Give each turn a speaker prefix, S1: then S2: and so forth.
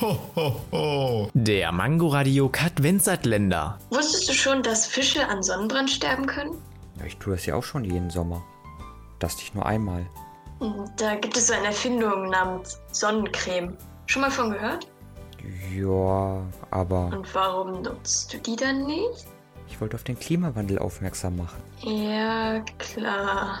S1: Ho, ho, ho. Der Mangoradio Katwenzat Länder.
S2: Wusstest du schon, dass Fische an Sonnenbrand sterben können?
S3: Ja, ich tue das ja auch schon jeden Sommer. Das nicht nur einmal.
S2: Hm, Da gibt es so eine Erfindung namens Sonnencreme. Schon mal von gehört?
S3: Ja, aber
S2: Und warum nutzt du die dann nicht?
S3: ich wollte auf den Klimawandel aufmerksam machen.
S2: Ja, klar.